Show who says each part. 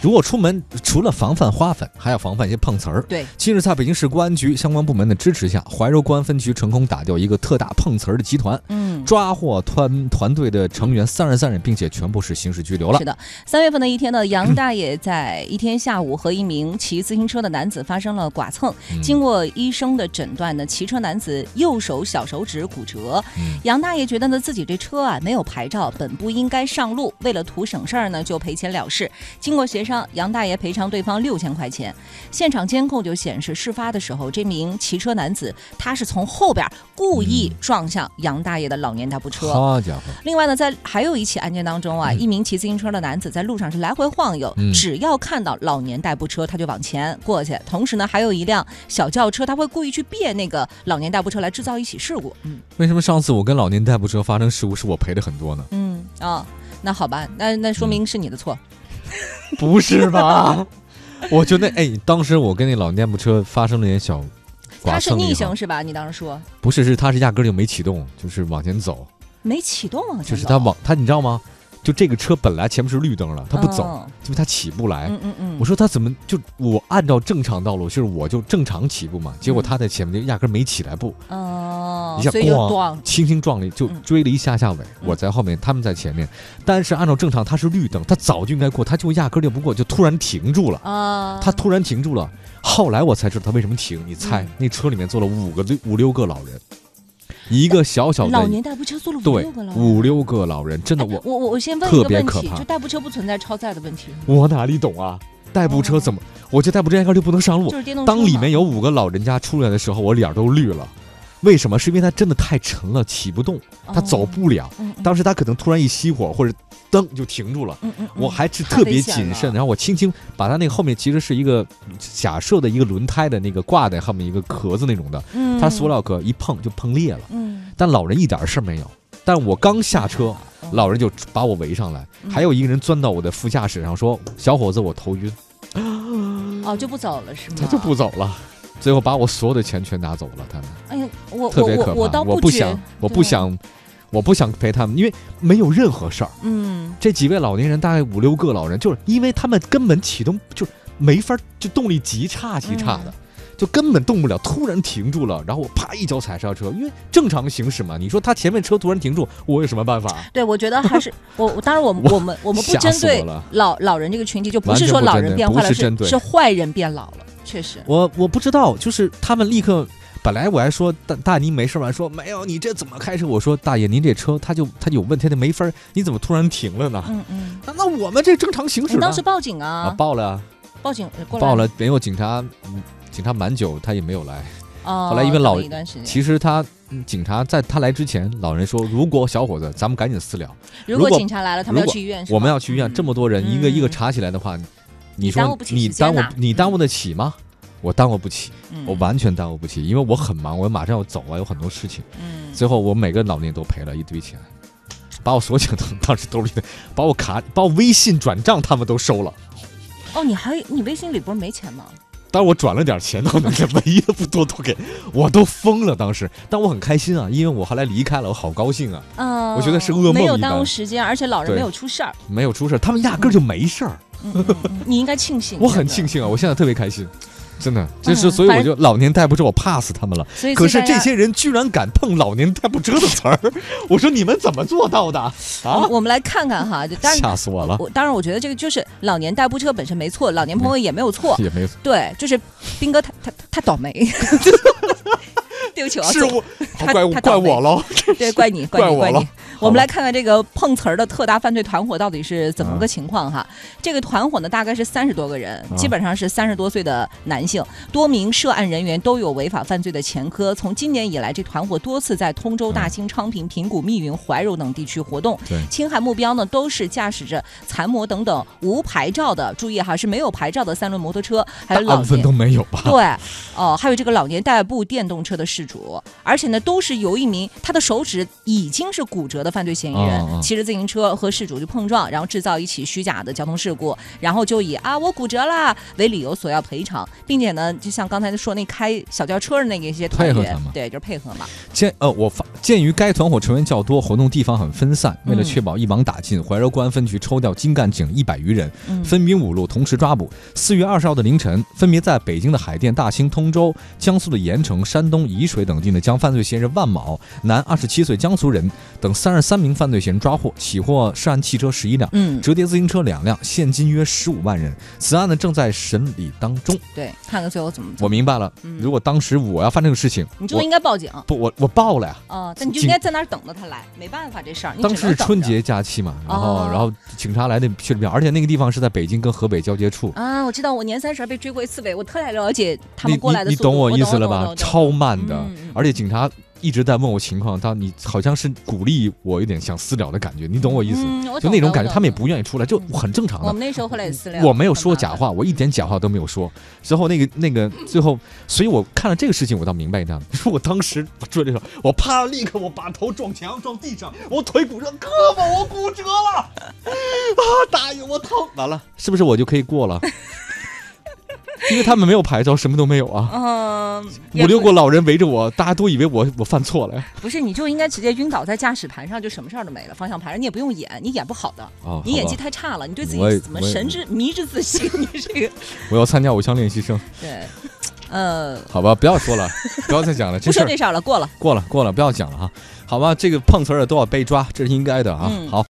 Speaker 1: 如果出门除了防范花粉，还要防范一些碰瓷儿。
Speaker 2: 对，
Speaker 1: 近日在北京市公安局相关部门的支持下，怀柔公安分局成功打掉一个特大碰瓷儿的集团，
Speaker 2: 嗯。
Speaker 1: 抓获团团队的成员三十三人，并且全部是刑事拘留了
Speaker 2: 是。的，三月份的一天呢，杨大爷在一天下午和一名骑自行车的男子发生了剐蹭。
Speaker 1: 嗯
Speaker 2: 经过医生的诊断呢，骑车男子右手小手指骨折。
Speaker 1: 嗯
Speaker 2: 杨大爷觉得呢，自己这车啊没有牌照，本不应该上路，为了图省事儿呢，就赔钱了事。经过协商，杨大爷赔偿对方六千块钱。现场监控就显示，事发的时候，这名骑车男子他是从后边故意撞向杨大爷的老年代步车。
Speaker 1: 嗯好家伙，
Speaker 2: 另外呢，在还有一起案件当中啊，一名骑自行车的男子在路上是来回晃悠，
Speaker 1: 嗯
Speaker 2: 只要看到老年代步车，他就往前过去。同时呢，还有一辆小轿车，他会故意去别那个老年代步车来制造一起事故。嗯
Speaker 1: 为什么上次我跟老年代步车发生事故是我赔的很多呢？
Speaker 2: 嗯啊、那好吧，那那说明是你的错。
Speaker 1: 不是吧？ 我觉得哎，当时我跟那老年代步车发生了点小剐
Speaker 2: 他是
Speaker 1: 蹭
Speaker 2: 逆
Speaker 1: 一
Speaker 2: 行
Speaker 1: 下，
Speaker 2: 是吧？你当时说
Speaker 1: 不是，是他是压根儿就没启动，就是往前走，
Speaker 2: 没启动啊，
Speaker 1: 就是他往他你知道吗？就这个车本来前面是绿灯了，他不走，就是他起不来。
Speaker 2: 嗯嗯嗯嗯，
Speaker 1: 我说他怎么就我按照正常道路，就是我就正常起步嘛，结果他在前面就压根儿没起来步，
Speaker 2: 哦
Speaker 1: 一，下
Speaker 2: 所以就
Speaker 1: 咣
Speaker 2: 撞。
Speaker 1: 轻轻撞了一，就
Speaker 2: 嗯
Speaker 1: 追了一下下尾，我在后面，他们在前面。但是按照正常他是绿灯，他早就应该过，他就压根儿就不过，就突然停住了。
Speaker 2: 啊，
Speaker 1: 他突然停住了，后来我才知道他为什么停。你猜
Speaker 2: 嗯，
Speaker 1: 那车里面坐了五个六五六个老人，一个小小
Speaker 2: 老
Speaker 1: 的
Speaker 2: 年代步车坐了五
Speaker 1: 对
Speaker 2: 六个老人。
Speaker 1: 五六个老人，真的
Speaker 2: 哎
Speaker 1: 我
Speaker 2: 我我我先问
Speaker 1: 特
Speaker 2: 一个
Speaker 1: 别
Speaker 2: 问
Speaker 1: 可
Speaker 2: 题，
Speaker 1: 怕
Speaker 2: 就代步车不存在超载的问题，
Speaker 1: 我哪里懂啊？代步
Speaker 2: 哦
Speaker 1: 车怎么？我觉得代步车压根儿就不能上路
Speaker 2: 就。是电动车嘛。
Speaker 1: 当里面有五个老人家出来的时候，我脸儿都绿了。为什么？是因为他真的太沉了，起不动，他走
Speaker 2: 哦
Speaker 1: 不了。
Speaker 2: 嗯嗯
Speaker 1: 当时他可能突然一熄火，或者噔就停住了。
Speaker 2: 嗯嗯，
Speaker 1: 我
Speaker 2: 嗯
Speaker 1: 还是
Speaker 2: 太
Speaker 1: 特
Speaker 2: 危
Speaker 1: 别
Speaker 2: 险
Speaker 1: 谨
Speaker 2: 了
Speaker 1: 慎，然后我轻轻把它那个后面其实是一个假设的一个轮胎的那个挂在后面一个壳子那种的，
Speaker 2: 嗯
Speaker 1: 它塑料壳一碰就碰裂了。
Speaker 2: 嗯
Speaker 1: 但老人一点事儿没有，但我刚下车，
Speaker 2: 嗯
Speaker 1: 老人就把我围上来，还有一个人钻到我的副驾驶上说：“小伙子，我头晕。”
Speaker 2: 哦就不走了是吗？
Speaker 1: 他就不走
Speaker 2: 啊
Speaker 1: 了，最后把我所有的钱全拿走了，他们
Speaker 2: 哎呀，我
Speaker 1: 特别
Speaker 2: 我
Speaker 1: 可
Speaker 2: 我我
Speaker 1: 怕。
Speaker 2: 倒
Speaker 1: 我
Speaker 2: 不觉
Speaker 1: 想，我不
Speaker 2: 对
Speaker 1: 想，我不想陪他们，因为没有任何事儿。
Speaker 2: 嗯
Speaker 1: 这几位老年人大概五六个老人，就是因为他们根本启动就是没法儿，就动力极差极差的。
Speaker 2: 嗯
Speaker 1: 就根本动不了，突然停住了，然后我啪一脚踩刹车，因为正常行驶嘛。你说他前面车突然停住，我有什么办法？
Speaker 2: 对，我觉得 还是我我当然我们我们我们不
Speaker 1: 吓
Speaker 2: 针
Speaker 1: 死
Speaker 2: 对
Speaker 1: 我了
Speaker 2: 老老人这个群体，就不
Speaker 1: 完
Speaker 2: 是
Speaker 1: 全
Speaker 2: 说
Speaker 1: 不
Speaker 2: 老
Speaker 1: 针
Speaker 2: 人
Speaker 1: 对
Speaker 2: 变
Speaker 1: 不
Speaker 2: 坏
Speaker 1: 是
Speaker 2: 了，
Speaker 1: 针对
Speaker 2: 是坏人变老了，确实。
Speaker 1: 我我不知道，就是他们立刻，本来我还说大大您没事吧，还说没有，你这怎么开车？我说大爷，您这车它就它有问题，它就没法儿，你怎么突然停了呢？
Speaker 2: 嗯嗯，
Speaker 1: 那那我们这正常行驶
Speaker 2: 你
Speaker 1: 呢
Speaker 2: 当时报警
Speaker 1: 啊
Speaker 2: 啊？
Speaker 1: 报了啊，
Speaker 2: 报警呃过来
Speaker 1: 报了，没有警察，嗯警察蛮久他也没有来。
Speaker 2: 哦，
Speaker 1: 后来因为
Speaker 2: 等了
Speaker 1: 老
Speaker 2: 一段时间，
Speaker 1: 其实他嗯警察在他来之前，老人说，如果小伙子，咱们赶紧私了，
Speaker 2: 如
Speaker 1: 如
Speaker 2: 果
Speaker 1: 果
Speaker 2: 警察来了，他
Speaker 1: 如
Speaker 2: 们要
Speaker 1: 果
Speaker 2: 去医院是吗，
Speaker 1: 我们要去医院，
Speaker 2: 嗯
Speaker 1: 这么多人一个一个
Speaker 2: 嗯
Speaker 1: 查起来的话，你
Speaker 2: 耽误
Speaker 1: 说
Speaker 2: 不起
Speaker 1: 你
Speaker 2: 时间
Speaker 1: 耽误
Speaker 2: 呐
Speaker 1: 你耽误得起吗？我耽误不起，
Speaker 2: 嗯
Speaker 1: 我完全耽误不起，因为我很忙，我马上要走啊了，有很多事情。
Speaker 2: 嗯
Speaker 1: 最后我每个老年都赔了一堆钱，把我所有钱都当时兜里的，把我卡、把我微信转账他们都收了。
Speaker 2: 哦，你还你微信里不是没钱吗？
Speaker 1: 当然我转了点钱到那个唯一的不多都给，我都疯了当时，但我很开心啊，因为我后来离开了，我好高兴啊，
Speaker 2: 嗯，
Speaker 1: 我觉得是噩梦
Speaker 2: 没有
Speaker 1: 一般
Speaker 2: 耽误时间，而且老人
Speaker 1: 对
Speaker 2: 没有出事儿。
Speaker 1: 没有出事儿，他们压根儿就没事 儿，
Speaker 2: 嗯嗯嗯你应该庆幸，
Speaker 1: 我很
Speaker 2: 真
Speaker 1: 庆
Speaker 2: 的。
Speaker 1: 幸啊，我现在特别开心，真的，就是
Speaker 2: 嗯
Speaker 1: 所以我
Speaker 2: 反
Speaker 1: 就老年代步车我怕死他们了，
Speaker 2: 所以
Speaker 1: 可是
Speaker 2: 大家
Speaker 1: 这，些人居然敢碰老年代步车的词儿，我说你们怎么做到的
Speaker 2: 嗯我
Speaker 1: 啊
Speaker 2: 们？我们来看看哈，就当然。
Speaker 1: 吓死我了，
Speaker 2: 我当然，我觉得这个就是老年代步车本身没错，老年朋友也没有错。
Speaker 1: 也没有。
Speaker 2: 对，就是斌哥他他他他倒霉，对不起，我要
Speaker 1: 是
Speaker 2: 走
Speaker 1: 我，
Speaker 2: 他
Speaker 1: 怪我
Speaker 2: 他
Speaker 1: 怪
Speaker 2: 倒霉
Speaker 1: 我喽。
Speaker 2: 对，怪你，怪
Speaker 1: 怪
Speaker 2: 你，
Speaker 1: 我
Speaker 2: 怪
Speaker 1: 了
Speaker 2: 你。我们来看看这个碰瓷儿的特大犯罪团伙到底是怎么个情况哈。这个团伙呢，大概是三十多个人，
Speaker 1: 啊
Speaker 2: 基本上是三十多岁的男性，多名涉案人员都有违法犯罪的前科。从今年以来，这团伙多次在通州、大兴、昌平、平谷、密云、怀柔等地区活动
Speaker 1: 嗯对，
Speaker 2: 侵害目标呢都是驾驶着残摩等等无牌照的，注意哈是没有牌照的三轮摩托车，还有
Speaker 1: 大
Speaker 2: 老
Speaker 1: 部分
Speaker 2: 年。
Speaker 1: 都没有吧？
Speaker 2: 对，哦，还有这个老年代步电动车的事主，而且呢都是由一名他的手指已经是骨折的犯罪嫌疑人，
Speaker 3: 嗯嗯
Speaker 2: 骑着自行车和事主就碰撞，然后制造一起虚假的交通事故，然后就以啊我骨折啦为理由索要赔偿，并且呢就像刚才说那开小轿车的那个一些团
Speaker 3: 配合
Speaker 2: 员
Speaker 3: 他们，
Speaker 2: 对，就是配合嘛，
Speaker 1: 鉴呃，我发鉴于该团伙成员较多，活动地方很分散，
Speaker 2: 嗯
Speaker 1: 为了确保一网打尽，怀柔公安分局抽调精干警一百余人，
Speaker 2: 嗯，
Speaker 1: 分兵五路同时抓捕。四月二十号的凌晨，分别在北京的海淀、大兴、通州、江苏的盐城、山东沂水等地呢，将犯罪嫌疑人万某（男，二十七岁，江苏人）等三十三名犯罪嫌疑人抓获，起获涉案汽车十一辆。
Speaker 2: 嗯，
Speaker 1: 折叠自行车两辆，现金约十五万元。此案呢正在审理当中。
Speaker 2: 对，看看最后怎么，
Speaker 1: 我明白了，
Speaker 2: 嗯
Speaker 1: 如果当时我要犯这个事情，
Speaker 2: 你就
Speaker 1: 我
Speaker 2: 应该报警啊、啊
Speaker 1: 不我我报了呀。
Speaker 2: 但你就应该在那儿等着他来，没办法这事儿，你只
Speaker 1: 当
Speaker 2: 能
Speaker 1: 时是
Speaker 2: 等
Speaker 1: 春
Speaker 2: 着
Speaker 1: 节假期嘛，然后、
Speaker 2: 哦
Speaker 1: 然后警察来的确实比较，而且那个地方是在北京跟河北交接处。
Speaker 2: 啊，我知道，我年三十儿被追过一次尾，我特来了解他
Speaker 1: 你
Speaker 2: 们过来的
Speaker 1: 你你
Speaker 2: 速度
Speaker 1: 懂
Speaker 2: 我
Speaker 1: 意思了
Speaker 2: 懂
Speaker 1: 吧
Speaker 2: 我？懂我懂
Speaker 1: 超慢的，
Speaker 2: 嗯嗯
Speaker 1: 而且警察一直在问我情况，他你好像是鼓励我，有点想私了的感觉，你懂我意思？
Speaker 2: 嗯我
Speaker 1: 就
Speaker 2: 懂
Speaker 1: 那种
Speaker 2: 我
Speaker 1: 感觉，
Speaker 2: 懂
Speaker 1: 他们也
Speaker 2: 我
Speaker 1: 不愿意出来，就很正常
Speaker 2: 我
Speaker 1: 的。
Speaker 2: 们那时候后来也私聊，
Speaker 1: 我没有
Speaker 2: 很
Speaker 1: 说
Speaker 2: 麻
Speaker 1: 假
Speaker 2: 烦
Speaker 1: 话，，我一点假话都没有说。之后那个那个最后，所以我看了这个事情，我倒明白一点。说 我当时追了一手，我啪立刻我把头撞墙撞地上，我腿骨折，胳膊我骨折了，啊大爷我疼！完了，是不是我就可以过了？ 因为他们没有牌照，什么都没有啊。
Speaker 2: 嗯，也
Speaker 1: 五六
Speaker 2: 不
Speaker 1: 个老人围着我，大家都以为我我犯错了呀。
Speaker 2: 不是，你就应该直接晕倒在驾驶盘上，就什么事儿都没了，方向盘上你也不用演，你演不好的。
Speaker 1: 啊
Speaker 2: 你演技太差了，你对自
Speaker 1: 我也
Speaker 2: 己怎么
Speaker 1: 我也
Speaker 2: 神之迷之自信？你这个
Speaker 1: 我要参加偶像练习生，
Speaker 2: 对，呃，
Speaker 1: 好吧，不要说了，不要再讲 了，这
Speaker 2: 不
Speaker 1: 事
Speaker 2: 说
Speaker 1: 儿
Speaker 2: 这事儿了，过了。
Speaker 1: 过了过了，不要讲了哈、好吧，这个碰瓷儿的都要被抓，这是应该的啊。
Speaker 2: 嗯
Speaker 1: 好。